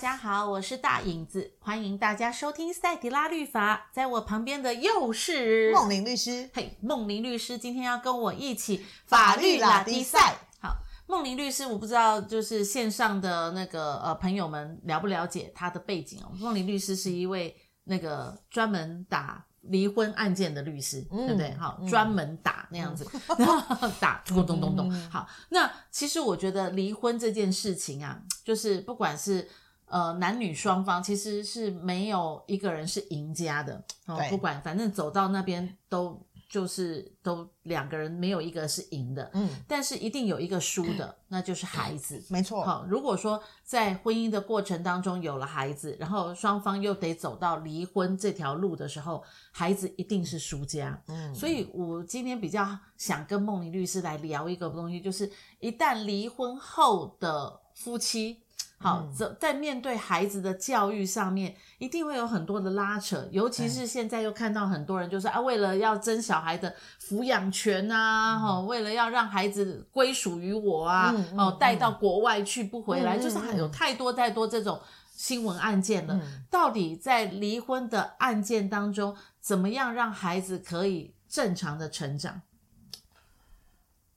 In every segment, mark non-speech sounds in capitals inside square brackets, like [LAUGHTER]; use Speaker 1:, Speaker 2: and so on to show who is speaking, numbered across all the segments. Speaker 1: 家好，我是大影子，欢迎大家收听赛迪拉律法。在我旁边的又是
Speaker 2: 梦玲律师，
Speaker 1: 嘿，梦玲律师今天要跟我一起
Speaker 2: 法律拉低赛。
Speaker 1: 好，梦玲律师，我不知道就是线上的那个呃朋友们了不了解他的背景哦。梦玲律师是一位那个专门打离婚案件的律师，
Speaker 2: 嗯
Speaker 1: 对不对？好，
Speaker 2: 嗯
Speaker 1: 专门打那样子， [LAUGHS] 然后打咚咚咚咚。
Speaker 2: 嗯
Speaker 1: 好，那其实我觉得离婚这件事情啊，就是不管是。呃，男女双方其实是没有一个人是赢家的哦
Speaker 2: 对，
Speaker 1: 不管反正走到那边都就是都两个人没有一个是赢的，
Speaker 2: 嗯，
Speaker 1: 但是一定有一个输的，那就是孩子。
Speaker 2: 没错，
Speaker 1: 好，如果说在婚姻的过程当中有了孩子，然后双方又得走到离婚这条路的时候，孩子一定是输家。
Speaker 2: 嗯，
Speaker 1: 所以我今天比较想跟梦玲律师来聊一个东西，就是一旦离婚后的夫妻，好，
Speaker 2: 嗯
Speaker 1: 在在面对孩子的教育上面，一定会有很多的拉扯，尤其是现在又看到很多人就是啊，为了要争小孩的抚养权啊，哦，为了要让孩子归属于我啊
Speaker 2: 嗯嗯，嗯
Speaker 1: 哦，带到国外去不回来，
Speaker 2: 嗯嗯
Speaker 1: 就是
Speaker 2: 嗯
Speaker 1: 有太多太多这种新闻案件了。
Speaker 2: 嗯
Speaker 1: 到底在离婚的案件当中，怎么样让孩子可以正常的成长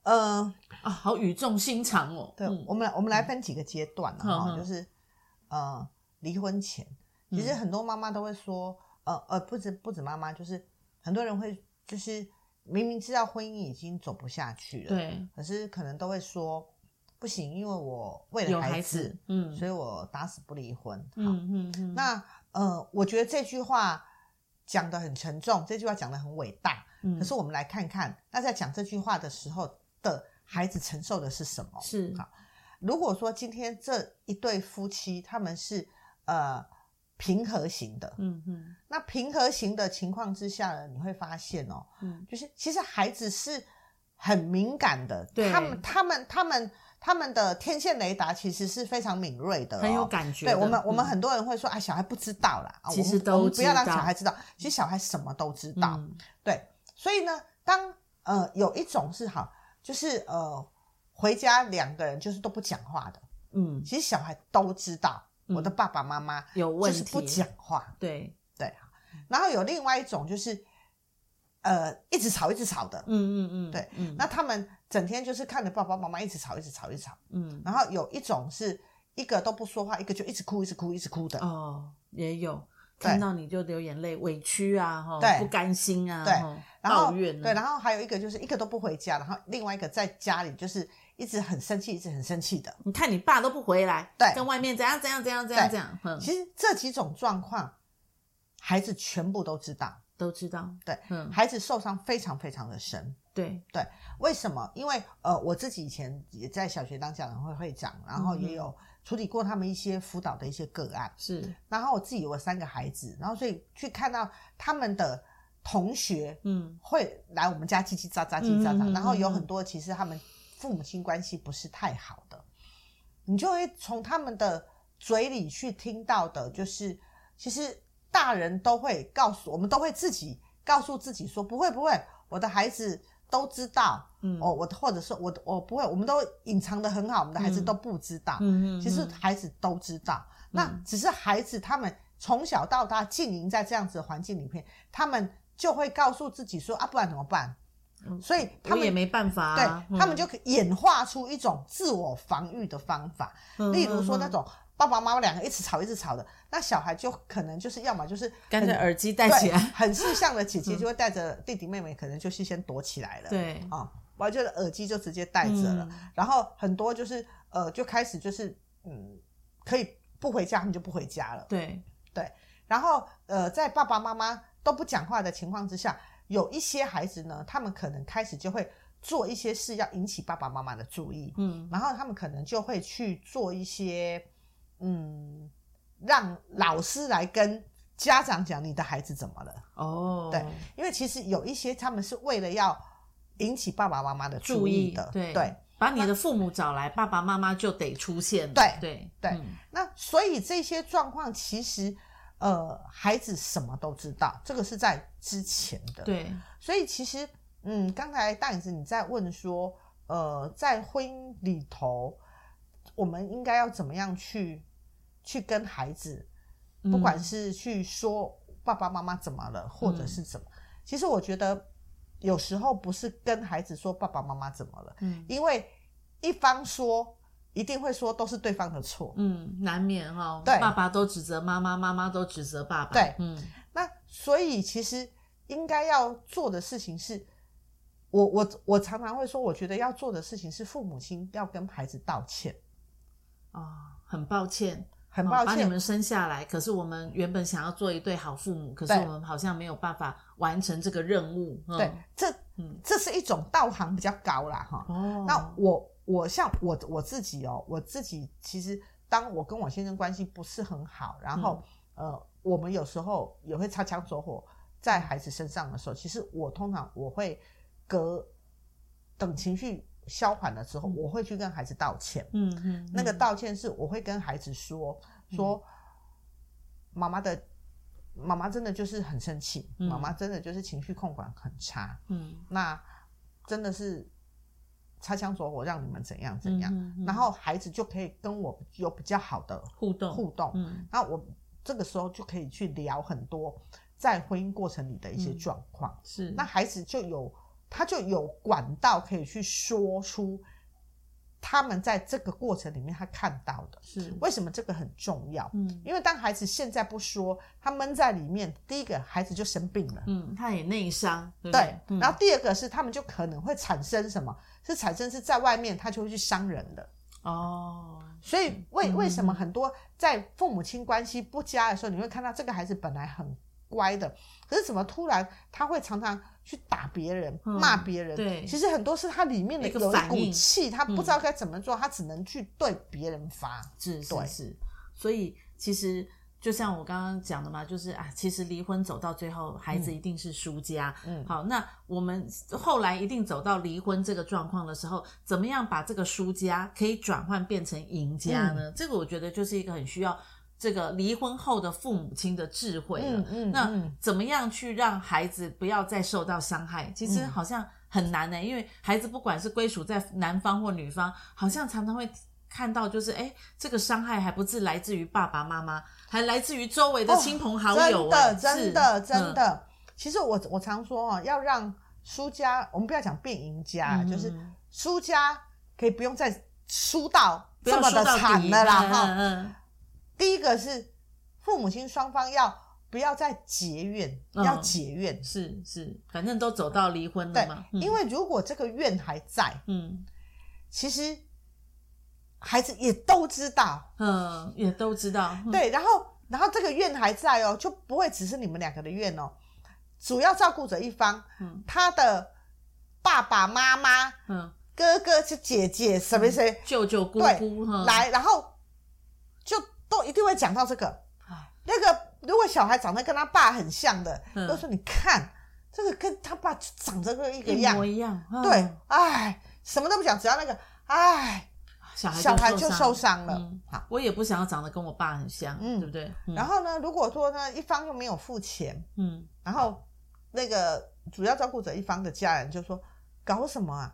Speaker 2: 呃，
Speaker 1: 啊？好语重心长哦。
Speaker 2: 对，
Speaker 1: 嗯
Speaker 2: 我们来我们来分几个阶段啊，
Speaker 1: 嗯
Speaker 2: 哈
Speaker 1: 嗯
Speaker 2: 就是呃，离婚前，其实很多妈妈都会说，呃呃，不止不止妈妈，就是很多人会就是明明知道婚姻已经走不下去了，，
Speaker 1: 对，
Speaker 2: 可是可能都会说不行，因为我为
Speaker 1: 有
Speaker 2: 了
Speaker 1: 孩
Speaker 2: 子
Speaker 1: 子，，嗯
Speaker 2: 所以我打死不离婚，好
Speaker 1: 嗯嗯嗯，
Speaker 2: 那呃，我觉得这句话讲得很沉重，这句话讲得很伟大。
Speaker 1: 嗯
Speaker 2: 可是我们来看看，那在讲这句话的时候的孩子承受的是什么？
Speaker 1: 是
Speaker 2: 好如果说今天这一对夫妻他们是呃平和型的，
Speaker 1: 嗯嗯
Speaker 2: 那平和型的情况之下呢，你会发现哦，
Speaker 1: 嗯，
Speaker 2: 就是其实孩子是很敏感的，
Speaker 1: 对
Speaker 2: 他们他们他们他们的天线雷达其实是非常敏锐的、哦
Speaker 1: 很有。感觉的。
Speaker 2: 呃对我们，我
Speaker 1: 嗯
Speaker 2: 们很多人会说啊，小孩不知道啦，啊
Speaker 1: 其实
Speaker 2: 我们
Speaker 1: 都
Speaker 2: 我们不要让
Speaker 1: 知道
Speaker 2: 小孩知道，其实小孩什么都知道。
Speaker 1: 嗯
Speaker 2: 对，所以呢，当呃有一种是好，就是呃回家两个人就是都不讲话的，
Speaker 1: 嗯
Speaker 2: 其实小孩都知道，
Speaker 1: 嗯
Speaker 2: 我的爸爸妈妈
Speaker 1: 有
Speaker 2: 就
Speaker 1: 问
Speaker 2: 是
Speaker 1: 题，
Speaker 2: 不讲话。
Speaker 1: 对，
Speaker 2: 对，然后有另外一种就是呃一直吵一直吵的，
Speaker 1: 嗯嗯嗯，
Speaker 2: 对，
Speaker 1: 嗯
Speaker 2: 那他们整天就是看着爸爸妈妈一直吵一直吵一直吵，
Speaker 1: 嗯
Speaker 2: 然后有一种是一个都不说话，一个就一直哭一直哭一直哭的。
Speaker 1: 哦也有。
Speaker 2: 对
Speaker 1: 看到你就流眼泪，委屈啊，哈，
Speaker 2: 对
Speaker 1: 不甘心啊，
Speaker 2: 对
Speaker 1: 吼
Speaker 2: 然后
Speaker 1: 抱怨啊，
Speaker 2: 对，然后还有一个就是一个都不回家，然后另外一个在家里就是一直很生气，一直很生气的。
Speaker 1: 你看你爸都不回来，
Speaker 2: 对
Speaker 1: 在外面怎样怎样怎样怎样
Speaker 2: 对
Speaker 1: 怎样，嗯，
Speaker 2: 其实这几种状况，孩子全部都知道，
Speaker 1: 都知道，
Speaker 2: 对，
Speaker 1: 嗯，
Speaker 2: 孩子受伤非常非常的深。
Speaker 1: 对，
Speaker 2: 为什么？因为呃，我自己以前也在小学当家长会会长，然后也有处理过他们一些辅导的一些个案。
Speaker 1: 是，
Speaker 2: 然后我自己有三个孩子，然后所以去看到他们的同学
Speaker 1: 嗯
Speaker 2: 会来我们家叽叽喳喳、叽叽喳
Speaker 1: 嗯嗯嗯
Speaker 2: 喳，
Speaker 1: 嗯
Speaker 2: 然后有很多其实他们父母亲关系不是太
Speaker 1: 嗯
Speaker 2: 好的，嗯你就会从他们的嘴里去听到的，就是其实大人都会告诉我们，都会自己告诉自己说，不会不会，我的孩子都知道，
Speaker 1: 嗯
Speaker 2: 哦，我的或者是我的我不会，我们都隐藏的很好，我们的孩子
Speaker 1: 嗯
Speaker 2: 都不知道，
Speaker 1: 嗯嗯，
Speaker 2: 其实
Speaker 1: 嗯
Speaker 2: 孩子都知道，那只是孩子他们从小到大浸淫在这样子的环境里面，他们就会告诉自己说啊，不然怎么办？
Speaker 1: 嗯
Speaker 2: 所以他
Speaker 1: 我也
Speaker 2: 们
Speaker 1: 没办法
Speaker 2: 对
Speaker 1: 啊，
Speaker 2: 他们就演化出一种自我防御的方法，
Speaker 1: 嗯
Speaker 2: 例如说那
Speaker 1: 嗯嗯
Speaker 2: 种爸爸妈妈两个一直吵一直吵的，那小孩就可能就是要么就是
Speaker 1: 干脆
Speaker 2: 很
Speaker 1: 耳机戴起
Speaker 2: 对
Speaker 1: 来，嗯
Speaker 2: 很识相的姐姐就会带着弟弟妹妹，可能就是先躲起来了，
Speaker 1: 对，
Speaker 2: 啊，我就是耳机就直接戴着了。
Speaker 1: 嗯
Speaker 2: 然后很多就是呃，就开始就是嗯，可以不回家，他们就不回家了。
Speaker 1: 对，
Speaker 2: 然后呃，在爸爸妈妈都不讲话的情况之下，有一些孩子呢，他们可能开始就会做一些事要引起爸爸妈妈的注意，
Speaker 1: 嗯
Speaker 2: 然后他们可能就会去做一些嗯，让老师来跟家长讲你的孩子怎么了，
Speaker 1: 哦，
Speaker 2: 对因为其实有一些他们是为了要引起爸爸妈妈的
Speaker 1: 注
Speaker 2: 注
Speaker 1: 意
Speaker 2: 意的，
Speaker 1: 对
Speaker 2: 对。
Speaker 1: 把你的父母找来，爸爸妈妈就得出现，
Speaker 2: 对
Speaker 1: 对
Speaker 2: 对
Speaker 1: 嗯
Speaker 2: 那所以这些状况其实，呃，孩子什么都知道，这个是在之前的。，
Speaker 1: 对，
Speaker 2: 所以其实，嗯，刚才大影子你在问说，呃，在婚姻里头，我们应该要怎么样去去跟孩子，
Speaker 1: 嗯
Speaker 2: 不管是去说爸爸妈妈怎么了，或者是怎么，其实我觉得有时候不是跟孩子说爸爸妈妈怎么了，
Speaker 1: 嗯
Speaker 2: 因为一方说一定会说都是对方的错，
Speaker 1: 嗯，难免哈、
Speaker 2: 对
Speaker 1: 爸爸都指责妈妈，妈妈都指责爸爸，
Speaker 2: 对
Speaker 1: 嗯
Speaker 2: 那所以其实应该要做的事情是，我我我常常会说，我觉得要做的事情是父母亲要跟孩子道歉，
Speaker 1: 啊、很抱歉，
Speaker 2: 很
Speaker 1: 哦
Speaker 2: 抱
Speaker 1: 把你
Speaker 2: 歉，
Speaker 1: 们生下来，可是我们原本想要做一对好父母，可是
Speaker 2: 对
Speaker 1: 我们好像没有办法完成这个任务，嗯、
Speaker 2: 对，这
Speaker 1: 嗯
Speaker 2: 这是一种道行比较高啦哈。
Speaker 1: 哦，
Speaker 2: 那我我像我我自己哦，我自己其实当我跟我先生关系不是很好，然后、
Speaker 1: 嗯
Speaker 2: 呃，我们有时候也会擦枪走火在孩子身上的时候，其实我通常我会隔等情绪消缓了之后，我会去跟孩子道歉。
Speaker 1: 嗯嗯，
Speaker 2: 那个
Speaker 1: 嗯
Speaker 2: 道歉是我会跟孩子说说，妈妈的妈妈真的就是很生气，
Speaker 1: 嗯
Speaker 2: 妈妈真的就是情绪控管很差，
Speaker 1: 嗯
Speaker 2: 那真的是擦枪走火，让你们怎样怎样。
Speaker 1: 嗯嗯嗯
Speaker 2: 然后孩子就可以跟我有比较好的
Speaker 1: 互动
Speaker 2: 互动，
Speaker 1: 嗯
Speaker 2: 那我这个时候就可以去聊很多在婚姻过程里的一些
Speaker 1: 嗯
Speaker 2: 状况，
Speaker 1: 是
Speaker 2: 那孩子就有他就有管道可以去说出他们在这个过程里面他看到的。
Speaker 1: 是
Speaker 2: 为什么这个很重要？
Speaker 1: 嗯
Speaker 2: 因为当孩子现在不说，他闷在里面，第一个孩子就生病了，
Speaker 1: 嗯，他也内伤，对不
Speaker 2: 对
Speaker 1: 对，，嗯
Speaker 2: 然后第二个是他们就可能会产生什么？是产生是在外面他就会去伤人的。
Speaker 1: 哦，
Speaker 2: 所以为
Speaker 1: 嗯
Speaker 2: 为什么很多在父母亲关系不佳的时候，你会看到这个孩子本来很乖的，可是怎么突然他会常常去打别人、
Speaker 1: 嗯
Speaker 2: 骂别人？
Speaker 1: 对
Speaker 2: 其实很多是他里面的
Speaker 1: 一个
Speaker 2: 有一
Speaker 1: 反
Speaker 2: 股
Speaker 1: 应
Speaker 2: 气，他不知道该怎么做，他只能去对别人发。
Speaker 1: 是
Speaker 2: 对
Speaker 1: 是是，所以其实就像我刚刚讲的嘛，就是啊，其实离婚走到最后，孩子一定是输家。
Speaker 2: 嗯
Speaker 1: 好，那我们后来一定走到离婚这个状况的时候，怎么样把这个输家可以转换变成赢家
Speaker 2: 嗯
Speaker 1: 呢？这个我觉得就是一个很需要。这个离婚后的父母亲的智慧了，
Speaker 2: 嗯嗯
Speaker 1: 那
Speaker 2: 嗯
Speaker 1: 怎么样去让孩子不要再受到伤害？其实
Speaker 2: 嗯
Speaker 1: 好像很难呢、因为孩子不管是归属在男方或女方，好像常常会看到，就是哎，这个伤害还不是来自于爸爸妈妈，还来自于周围的
Speaker 2: 哦
Speaker 1: 亲朋好友、
Speaker 2: 真
Speaker 1: 哎
Speaker 2: 的，真的，
Speaker 1: 是嗯
Speaker 2: 真的。其实我我常说哦，要让输家，我们不要讲变赢家，
Speaker 1: 嗯
Speaker 2: 啊就是输家可以不用再输到
Speaker 1: 不
Speaker 2: 这
Speaker 1: 要
Speaker 2: 么
Speaker 1: 说
Speaker 2: 的
Speaker 1: 到
Speaker 2: 惨
Speaker 1: 底
Speaker 2: 了啦
Speaker 1: 嗯
Speaker 2: 哈。
Speaker 1: 嗯嗯
Speaker 2: 第一个是父母亲双方要不要再结怨，
Speaker 1: 嗯
Speaker 2: 要结怨，
Speaker 1: 是是，反正都走到离婚
Speaker 2: 对
Speaker 1: 了嘛，，
Speaker 2: 因
Speaker 1: 为
Speaker 2: 为如果这个怨还在，
Speaker 1: 嗯
Speaker 2: 其实孩子也都知道，
Speaker 1: 嗯也都知道，嗯
Speaker 2: 对，然后然后这个怨还在哦，就不会只是你们两个的怨哦，主要照顾者一方，
Speaker 1: 嗯
Speaker 2: 他的爸爸妈妈、
Speaker 1: 嗯，
Speaker 2: 哥哥、姐姐什么谁、
Speaker 1: 舅舅姑
Speaker 2: 对
Speaker 1: 姑嗯哈，
Speaker 2: 来，然后就都一定会讲到这个，
Speaker 1: 哎
Speaker 2: 那个如果小孩长得跟他爸很像的，
Speaker 1: 嗯
Speaker 2: 都说你看这个跟他爸就长得跟一个
Speaker 1: 一
Speaker 2: 样
Speaker 1: 模，一样，嗯
Speaker 2: 对，哎，什么都不讲，只要那个哎，
Speaker 1: 小孩
Speaker 2: 小孩就受伤了。
Speaker 1: 嗯
Speaker 2: 好，
Speaker 1: 我也不想要长得跟我爸很像，
Speaker 2: 嗯
Speaker 1: 对不对？嗯
Speaker 2: 然后呢，如果说呢一方又没有付钱，
Speaker 1: 嗯
Speaker 2: 然后那个主要照顾者一方的家人就说搞什么啊，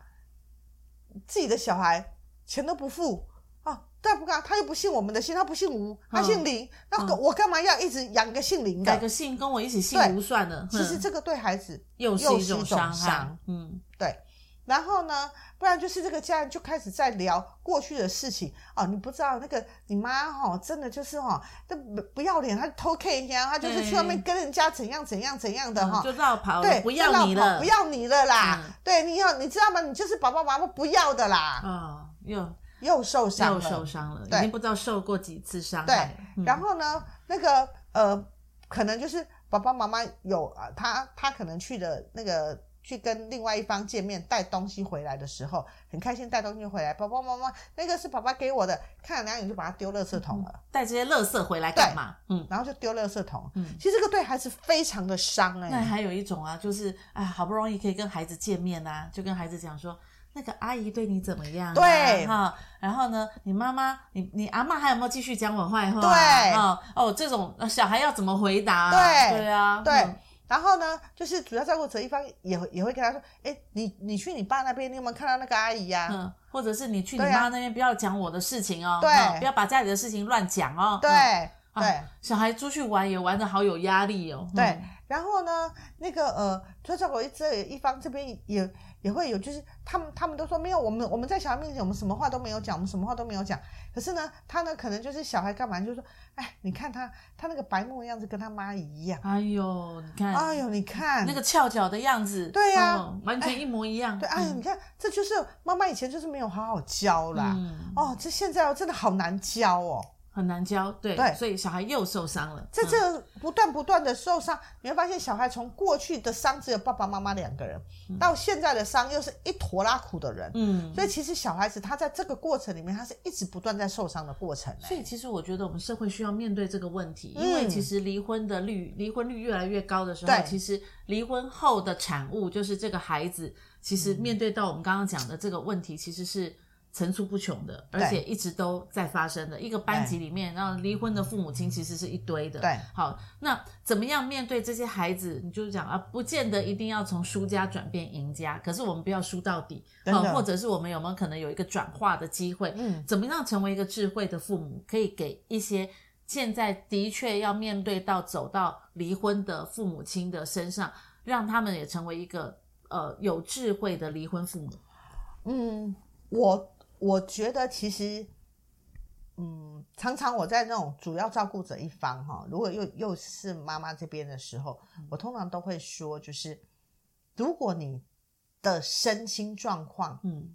Speaker 2: 自己的小孩钱都不付。啊，但不干，他又不信我们的姓，他不姓吴，他姓林，那个
Speaker 1: 嗯
Speaker 2: 我干嘛要一直养一个姓林
Speaker 1: 改
Speaker 2: 的？
Speaker 1: 个姓跟我一起姓
Speaker 2: 对
Speaker 1: 吴算了，
Speaker 2: 其实
Speaker 1: 嗯
Speaker 2: 这个对孩子
Speaker 1: 又
Speaker 2: 又
Speaker 1: 是
Speaker 2: 是
Speaker 1: 一
Speaker 2: 一
Speaker 1: 种
Speaker 2: 种
Speaker 1: 伤害
Speaker 2: 伤，
Speaker 1: 嗯。
Speaker 2: 对，然后呢，不然就是这个家人就开始在聊过去的事情哦。你不知道那个你妈哈、真的就是哈、这不不要脸，她偷 K 人家，她就是去外面跟人家怎样怎样怎样的
Speaker 1: 嗯
Speaker 2: 哈、
Speaker 1: 就绕跑了，
Speaker 2: 对，
Speaker 1: 不要你
Speaker 2: 这老
Speaker 1: 了，
Speaker 2: 婆不要你了啦！
Speaker 1: 嗯
Speaker 2: 对，你要你知道吗？你就是爸爸妈妈不要的啦，
Speaker 1: 啊，又
Speaker 2: 又受伤
Speaker 1: 又
Speaker 2: 了。
Speaker 1: 受伤了，
Speaker 2: 对
Speaker 1: 已经不知道受过几次伤
Speaker 2: 对
Speaker 1: 害了。嗯
Speaker 2: 然后呢，那个呃，可能就是爸爸妈妈有啊，呃他他可能去的那个去跟另外一方见面，带东西回来的时候，很开心带东西回来，爸爸妈妈那个是爸爸给我的，看了两眼就把它丢垃圾桶了，
Speaker 1: 带这些垃圾回来干嘛？嗯。
Speaker 2: 然后就丢垃圾桶。
Speaker 1: 嗯
Speaker 2: 其实这个对孩子非常的伤哎、
Speaker 1: 那还有一种啊，就是哎，好不容易可以跟孩子见面啊，就跟孩子讲说，那个阿姨对你怎么样、啊？
Speaker 2: 对
Speaker 1: 哈。然后呢，你妈妈，你你阿妈还有没有继续讲我坏话、
Speaker 2: 对
Speaker 1: 啊，哦哦，这种呃小孩要怎么回答、啊？
Speaker 2: 对
Speaker 1: 对啊，
Speaker 2: 对
Speaker 1: 嗯
Speaker 2: 然后呢，就是主要照顾者一方也会也会跟他说，哎、你你去你爸那边，你有没有看到那个阿姨呀、
Speaker 1: 嗯，或者是你去你
Speaker 2: 对啊
Speaker 1: 妈那边不要讲我的事情哦，
Speaker 2: 对
Speaker 1: 哦不要把家里的事情乱讲哦。
Speaker 2: 对
Speaker 1: 嗯
Speaker 2: 对、
Speaker 1: 啊小孩出去玩也玩的好有压力哦。
Speaker 2: 对
Speaker 1: 嗯，
Speaker 2: 然后呢，那个呃，所以在我这一方这边也也会有，就是他们他们都说没有，我们我们在小孩面前我们什么话都没有讲，我们什么话都没有讲。可是呢，他呢可能就是小孩干嘛就说，哎，你看他他那个白目的样子跟他妈一样，
Speaker 1: 哎呦，你看，
Speaker 2: 哎呦，你看
Speaker 1: 那个翘脚的样子，
Speaker 2: 对呀
Speaker 1: 哦完全一模一样。
Speaker 2: 对，哎呦，
Speaker 1: 嗯
Speaker 2: 你看这就是妈妈以前就是没有好好教啦。
Speaker 1: 嗯
Speaker 2: 哦，这现在哦真的好难教哦。
Speaker 1: 很难教，对，
Speaker 2: 对
Speaker 1: 所以小孩又受伤了。
Speaker 2: 在
Speaker 1: 嗯
Speaker 2: 这个不断不断的受伤，你会发现小孩从过去的伤只有爸爸妈妈两个人，到现在的伤又是一坨拉苦的人。
Speaker 1: 嗯，
Speaker 2: 所以其实小孩子他在这个过程里面，他是一直不断在受伤的过程、欸。
Speaker 1: 所以其实我觉得我们社会需要面对这个问题，因为
Speaker 2: 嗯
Speaker 1: 其实离婚的率离婚率越来越高的时候，
Speaker 2: 对
Speaker 1: 其实离婚后的产物就是这个孩子，其实
Speaker 2: 嗯
Speaker 1: 面对到我们刚刚讲的这个问题，其实是。层出不穷的，而且一直都在发生的。一个班级里面，然后离婚的父母亲其实是一堆的。
Speaker 2: 对，
Speaker 1: 好，那怎么样面对这些孩子？你就是讲啊，不见得一定要从输家转变赢家，可是我们不要输到底，
Speaker 2: 真的
Speaker 1: 或者是我们有没有可能有一个转化的机会？
Speaker 2: 嗯，
Speaker 1: 怎么样成为一个智慧的父母，可以给一些现在的确要面对到走到离婚的父母亲的身上，让他们也成为一个呃有智慧的离婚父母。
Speaker 2: 嗯，我我觉得其实，嗯，常常我在那种主要照顾者一方哈，如果又又是妈妈这边的时候，
Speaker 1: 嗯
Speaker 2: 我通常都会说，就是如果你的身心状况，
Speaker 1: 嗯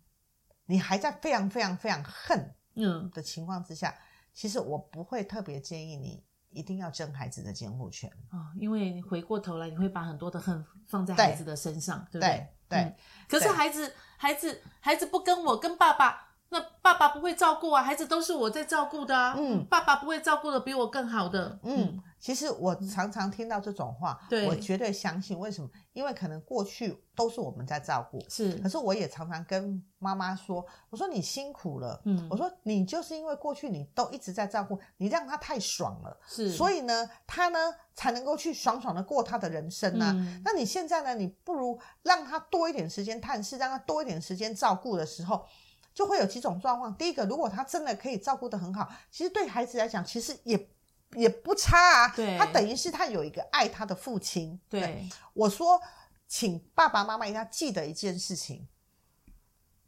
Speaker 2: 你还在非常非常非常恨
Speaker 1: 嗯
Speaker 2: 的情况之下，其实我不会特别建议你一定要争孩子的监护权。
Speaker 1: 哦，因为你回过头来，你会把很多的恨放在孩子的身上，对不对？
Speaker 2: 对
Speaker 1: 嗯可是
Speaker 2: 对
Speaker 1: 孩子，孩子，孩子不跟我，跟爸爸。那爸爸不会照顾啊，孩子都是我在照顾的啊。
Speaker 2: 嗯
Speaker 1: 爸爸不会照顾的比我更好的。
Speaker 2: 嗯，其实我常常听到这种话，
Speaker 1: 对
Speaker 2: 我绝对相信。为什么？因为可能过去都是我们在照顾，
Speaker 1: 是
Speaker 2: 可，是我也常常跟妈妈说，我说你辛苦了，
Speaker 1: 嗯
Speaker 2: 我说你就是因为过去你都一直在照顾，你让他太爽了，
Speaker 1: 是，
Speaker 2: 所
Speaker 1: 以
Speaker 2: 以呢，他呢才能够去爽爽的过他的人生啊呐、
Speaker 1: 嗯
Speaker 2: 那你现在呢，你不如让他多一点时间探视，让他多一点时间照顾的时候，就会有几种状况。第一个，如果他真的可以照顾得很好，其实对孩子来讲，其实也也不差啊。
Speaker 1: 对
Speaker 2: 他等于是他有一个爱他的父亲。
Speaker 1: 对，
Speaker 2: 我说，请爸爸妈妈一定要记得一件事情：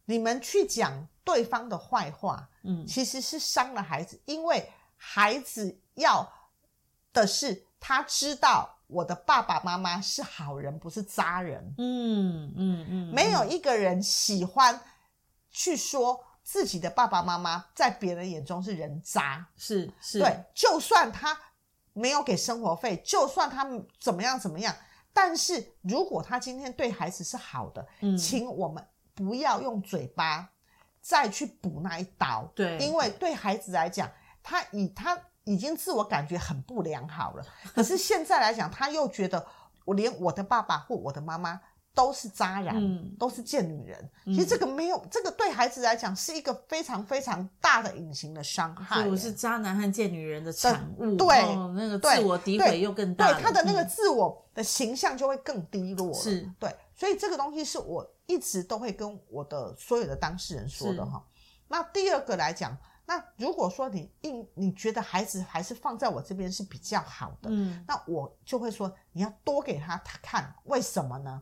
Speaker 2: 你们去讲对方的坏话，
Speaker 1: 嗯，
Speaker 2: 其实是伤了孩子，因为孩子要的是他知道我的爸爸妈妈是好人，不是渣人。
Speaker 1: 嗯嗯嗯，
Speaker 2: 没有一个人喜欢去说自己的爸爸妈妈在别人眼中是人渣。
Speaker 1: 是是，
Speaker 2: 对，就算他没有给生活费，就算他怎么样怎么样，但是如果他今天对孩子是好的，
Speaker 1: 嗯
Speaker 2: 请我们不要用嘴巴再去补那一刀，
Speaker 1: 对
Speaker 2: 因为对孩子来讲，他以他已经自我感觉很不良好
Speaker 1: [LAUGHS]
Speaker 2: 了，可是现在来讲，他又觉得我连我的爸爸或我的妈妈都是渣男，
Speaker 1: 嗯
Speaker 2: 都是贱女人。其实这个没有，这个对孩子来讲是一个非常非常大的隐形的伤害。
Speaker 1: 所以我是渣男和贱女人的产物，
Speaker 2: 对
Speaker 1: 哦那个
Speaker 2: 对
Speaker 1: 自我诋毁
Speaker 2: 对
Speaker 1: 又更大了，
Speaker 2: 对他的那个
Speaker 1: 嗯
Speaker 2: 自我的形象就会更低落了。
Speaker 1: 是，
Speaker 2: 对，所以这个东西是我一直都会跟我的所有的当事人说
Speaker 1: 是
Speaker 2: 的哈。那第二个来讲，那如果说你硬你觉得孩子还是放在我这边是比较好的，
Speaker 1: 嗯
Speaker 2: 那我就会说你要多给他看，为什么呢？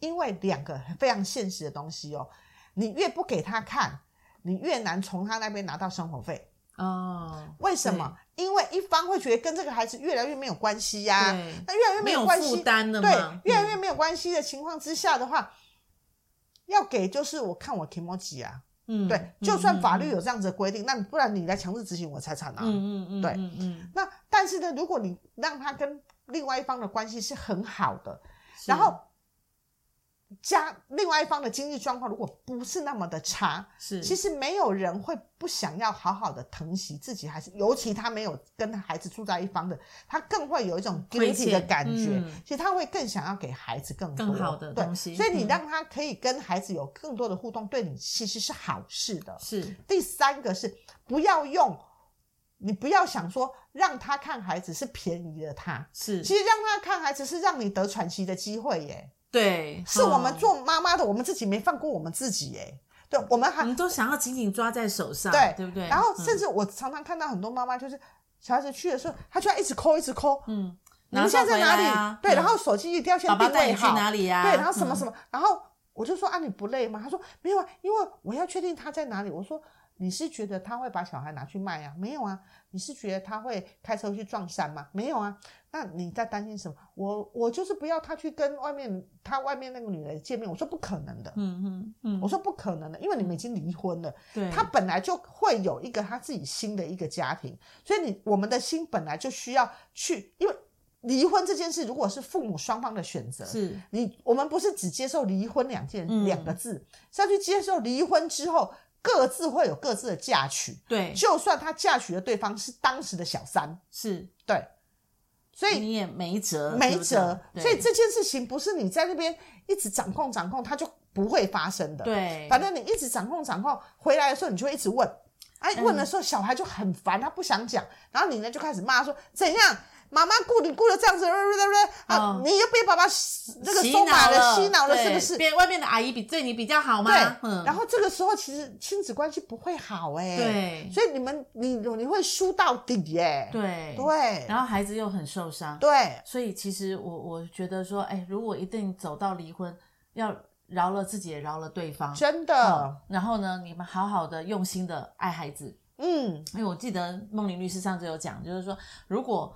Speaker 2: 因为两个非常现实的东西哦，你越不给他看，你越难从他那边拿到生活费。
Speaker 1: 哦，
Speaker 2: 为什么？因为一方会觉得跟这个孩子越来越没有关系呀、
Speaker 1: 对
Speaker 2: 那越来越
Speaker 1: 没
Speaker 2: 有
Speaker 1: 有
Speaker 2: 关
Speaker 1: 负
Speaker 2: 系，
Speaker 1: 担了嘛嗯
Speaker 2: 对，，越来越没有关系的情况之下的话，要给就是我看我 emoji 啊，
Speaker 1: 嗯，嗯
Speaker 2: 对，就算法
Speaker 1: 嗯
Speaker 2: 律有这样子的规定，那你不然你来强制执行我财产啊，
Speaker 1: 嗯嗯嗯，
Speaker 2: 对
Speaker 1: 嗯嗯，
Speaker 2: 那但是呢，如果你让他跟另外一方的关系是很好的，
Speaker 1: 是
Speaker 2: 然后加另外一方的经济状况如果不是那么的差，
Speaker 1: 是
Speaker 2: 其实没有人会不想要好好的疼惜自己孩子，尤其他没有跟孩子住在一方的，他更会有一种
Speaker 1: 嗯亏
Speaker 2: guilty 的
Speaker 1: 欠
Speaker 2: 感觉。
Speaker 1: 嗯
Speaker 2: 其实他会更想要给孩子更多
Speaker 1: 更好的
Speaker 2: 对
Speaker 1: 东西
Speaker 2: 所以你
Speaker 1: 嗯
Speaker 2: 让他可以跟孩子有更多的互动，对你其实是好事的。
Speaker 1: 是
Speaker 2: 第三个是不要用，你不要想说让他看孩子是便宜了他，
Speaker 1: 是，
Speaker 2: 其实让他看孩子是让你得喘息的机会耶，
Speaker 1: 对，
Speaker 2: 是我们
Speaker 1: 哦
Speaker 2: 做妈妈的，我们自己没放过我们自己耶。对，我们
Speaker 1: 我
Speaker 2: 还
Speaker 1: 们都想要紧紧抓在手上，
Speaker 2: 对
Speaker 1: 对不对？
Speaker 2: 然后
Speaker 1: 嗯
Speaker 2: 甚至我常常看到很多妈妈就是小孩子去的时候，她就要一直抠一直抠，
Speaker 1: 嗯，
Speaker 2: 你们
Speaker 1: 拿
Speaker 2: 现
Speaker 1: 上
Speaker 2: 在在
Speaker 1: 回
Speaker 2: 哪
Speaker 1: 来
Speaker 2: 里？
Speaker 1: 啊
Speaker 2: 对，
Speaker 1: 嗯
Speaker 2: 然后手机一定要先
Speaker 1: 爸爸
Speaker 2: 定
Speaker 1: 带
Speaker 2: 位
Speaker 1: 你去
Speaker 2: 好，
Speaker 1: 哪里呀？
Speaker 2: 对，然后什么
Speaker 1: 嗯
Speaker 2: 什么，然后我就说啊，你不累吗？他说没有啊，因为我要确定他在哪里。我说你是觉得他会把小孩拿去卖啊？没有啊。你是觉得他会开车去撞山吗？没有啊。那你在担心什么？我我就是不要他去跟外面他外面那个女人见面。我说不可能的，
Speaker 1: 嗯嗯嗯，
Speaker 2: 我说不可能的，因为你们已经离婚了。
Speaker 1: 对，
Speaker 2: 他本来就会有一个他自己新的一个家庭，所以你我们的心本来就需要去，因为离婚这件事如果是父母双方的选择，
Speaker 1: 是
Speaker 2: 你我们不是只接受离婚两件
Speaker 1: 嗯
Speaker 2: 两个字，是要去接受离婚之后各自会有各自的嫁娶，
Speaker 1: 对
Speaker 2: 就算他嫁娶的对方是当时的小三，
Speaker 1: 是，
Speaker 2: 对，所以
Speaker 1: 你也没辙，
Speaker 2: 没
Speaker 1: 对不对
Speaker 2: 辙，
Speaker 1: 对
Speaker 2: 所以这件事情不是你在那边一直掌控掌控，它就不会发生的。
Speaker 1: 对，
Speaker 2: 反正你一直掌控掌控，回来的时候你就会一直问，哎、
Speaker 1: 嗯
Speaker 2: 问的时候小孩就很烦，他不想讲，然后你呢就开始骂说怎样。妈妈顾你顾的这样子，呃呃呃呃啊
Speaker 1: 哦，
Speaker 2: 你又被爸爸那个
Speaker 1: 洗
Speaker 2: 收买
Speaker 1: 脑
Speaker 2: 了、
Speaker 1: 了，
Speaker 2: 洗脑了，
Speaker 1: 对
Speaker 2: 是不是？
Speaker 1: 别外面的阿姨比对你比较好吗？
Speaker 2: 对
Speaker 1: 嗯，，
Speaker 2: 然后这个时候其实亲子关系不会好哎，
Speaker 1: 对
Speaker 2: 所以你们你你会输到底哎，
Speaker 1: 对
Speaker 2: 对
Speaker 1: 然后孩子又很受伤，
Speaker 2: 对
Speaker 1: 所以其实我我觉得说，哎，如果一定走到离婚，要饶了自己，也饶了对方。嗯
Speaker 2: 真的，
Speaker 1: 然后呢，你们好好的用心的爱孩子，
Speaker 2: 嗯，
Speaker 1: 因为我记得梦玲律师上次有讲，就是说，如果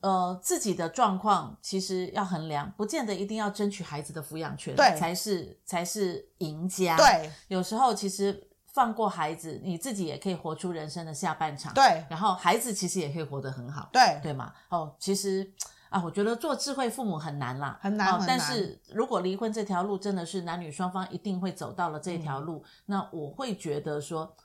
Speaker 1: 呃自己的状况其实要衡量，不见得一定要争取孩子的抚养权，
Speaker 2: 对
Speaker 1: 才是才是赢家。，
Speaker 2: 对
Speaker 1: 有时候其实放过孩子，你自己也可以活出人生的下半场。，
Speaker 2: 对
Speaker 1: 然后孩子其实也可以活得很好，
Speaker 2: 对
Speaker 1: 对吗？哦，其实啊，我觉得做智慧父母很难啦，
Speaker 2: 很难
Speaker 1: 哦
Speaker 2: 很
Speaker 1: 但
Speaker 2: 难
Speaker 1: 是如果离婚这条路真的是男女双方一定会走到了
Speaker 2: 嗯
Speaker 1: 这条路，那我会觉得说，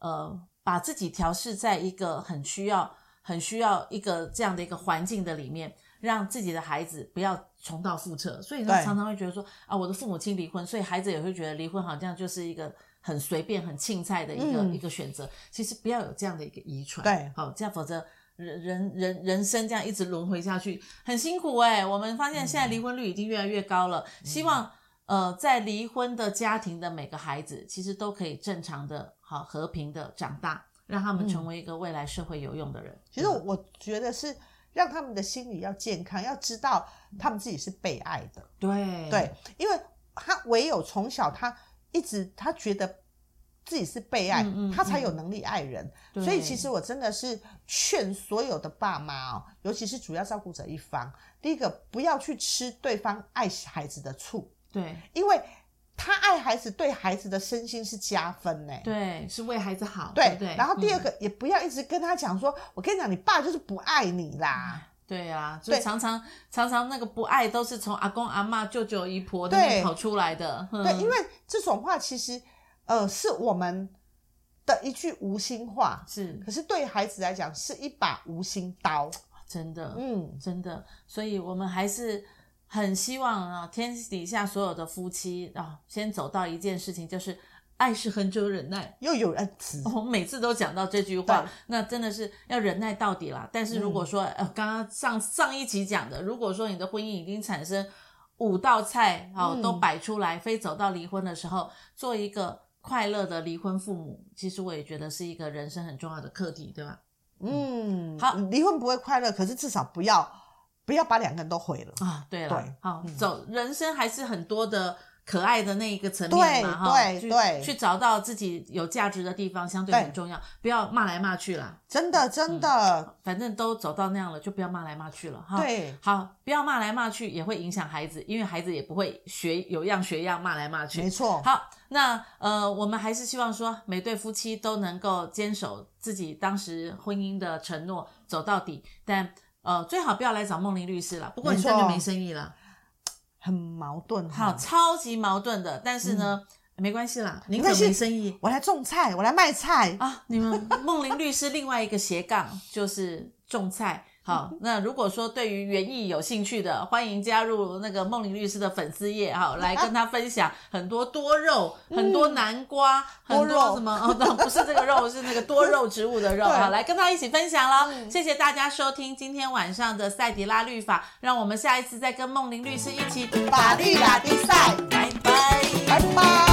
Speaker 1: 呃，把自己调试在一个很需要、很需要一个这样的一个环境的里面。让自己的孩子不要重蹈覆辙，所以他
Speaker 2: 对
Speaker 1: 常常会觉得说啊，我的父母亲离婚，所以孩子也会觉得离婚好像就是一个很随便、很轻菜的一个、
Speaker 2: 嗯
Speaker 1: 一个选择。其实不要有这样的一个遗传。
Speaker 2: 对
Speaker 1: 好，这样否则人人人人生这样一直轮回下去，很辛苦哎、我们发现现在
Speaker 2: 嗯
Speaker 1: 离婚率已经越来越高了，希望呃，在离婚的家庭的每个孩子，其实都可以正常的、好和平的长大，让他们成为一个未来社会有用的人。
Speaker 2: 其实我我觉得是让他们的心理要健康，要知道他们自己是被爱的，
Speaker 1: 对
Speaker 2: 对，因为他唯有从小他一直他觉得自己是被爱，
Speaker 1: 嗯嗯
Speaker 2: 他才有能力爱人。
Speaker 1: 对
Speaker 2: 所以其实我真的是劝所有的爸妈哦，尤其是主要照顾者一方，第一个不要去吃对方爱孩子的醋，
Speaker 1: 对
Speaker 2: 因为他爱孩子对孩子的身心是加分呢。
Speaker 1: 对，是为孩子好，对
Speaker 2: 对
Speaker 1: 不对。
Speaker 2: 然后第二
Speaker 1: 嗯
Speaker 2: 个、也不要一直跟他讲说，我跟你讲，你爸就是不爱你啦。
Speaker 1: 对啊，所以
Speaker 2: 对
Speaker 1: 常常常常那个不爱都是从阿公阿妈、舅舅姨婆那
Speaker 2: 对
Speaker 1: 边跑出来的。嗯
Speaker 2: 对，因为这种话其实，呃，是我们的一句无心话，
Speaker 1: 是
Speaker 2: 可是对于孩子来讲是一把无心刀。
Speaker 1: 真的，
Speaker 2: 嗯，
Speaker 1: 真的，所以我们还是很希望啊，天底下所有的夫妻啊，先走到一件事情，就是爱是恒久忍耐。 [LAUGHS]
Speaker 2: 又有人指，
Speaker 1: 我每次都讲到这句话
Speaker 2: 对，嗯
Speaker 1: 那真的是要忍耐到底啦。但是如果说、呃，刚刚上上一集讲的，如果说你的婚姻已经产生五道菜哦、
Speaker 2: 嗯
Speaker 1: 都摆出来，非走到离婚的时候，做一个快乐的离婚父母，其实我也觉得是一个人生很重要的课题，对吧？
Speaker 2: 嗯，
Speaker 1: 好
Speaker 2: 离婚不会快乐，可是至少不要不要把两个人都毁了。
Speaker 1: 啊，对了，
Speaker 2: 对嗯
Speaker 1: 好、走人生还是很多的可爱的那一个层面
Speaker 2: 对
Speaker 1: 嘛，哈，
Speaker 2: 对
Speaker 1: 去
Speaker 2: 对
Speaker 1: 去找到自己有价值的地方，相对
Speaker 2: 对
Speaker 1: 很重要，不要骂来骂去啦，
Speaker 2: 真的，真的，
Speaker 1: 反正都走到那样了，就不要骂来骂去了，哈，，
Speaker 2: 对
Speaker 1: 好，不要骂来骂去，也会影响孩子，因为孩子也不会学有样学样骂来骂去，
Speaker 2: 没错。
Speaker 1: 好，那呃，我们还是希望说，每对夫妻都能够坚守自己当时婚姻的承诺，走到底。但呃，最好不要来找梦玲律师了，不过你
Speaker 2: 没
Speaker 1: 这
Speaker 2: 错
Speaker 1: 样就没生意了，
Speaker 2: 很矛盾哈
Speaker 1: 好，。超级矛盾的。但是呢，没关系啦，您可
Speaker 2: 关系
Speaker 1: 没生意
Speaker 2: 我来种菜，我来卖菜，
Speaker 1: 啊。你们 [LAUGHS] 梦玲律师另外一个斜杠就是种菜。 [LAUGHS] 好，那如果说对于园艺有兴趣的，欢迎加入那个梦玲律师的粉丝页 [LAUGHS] 哈，来跟他分享很多多肉、很多南瓜、很嗯
Speaker 2: 多
Speaker 1: 多
Speaker 2: 肉
Speaker 1: 什么哦，那不是这个肉，是那个多肉植物的 [LAUGHS] 肉
Speaker 2: 对
Speaker 1: 好，来跟他一起分享喽。谢谢大家收听今天晚上的赛迪拉律法，让我们下一次再跟梦玲律师一起
Speaker 2: 把利拉的赛，
Speaker 1: 拜拜。
Speaker 2: 拜拜。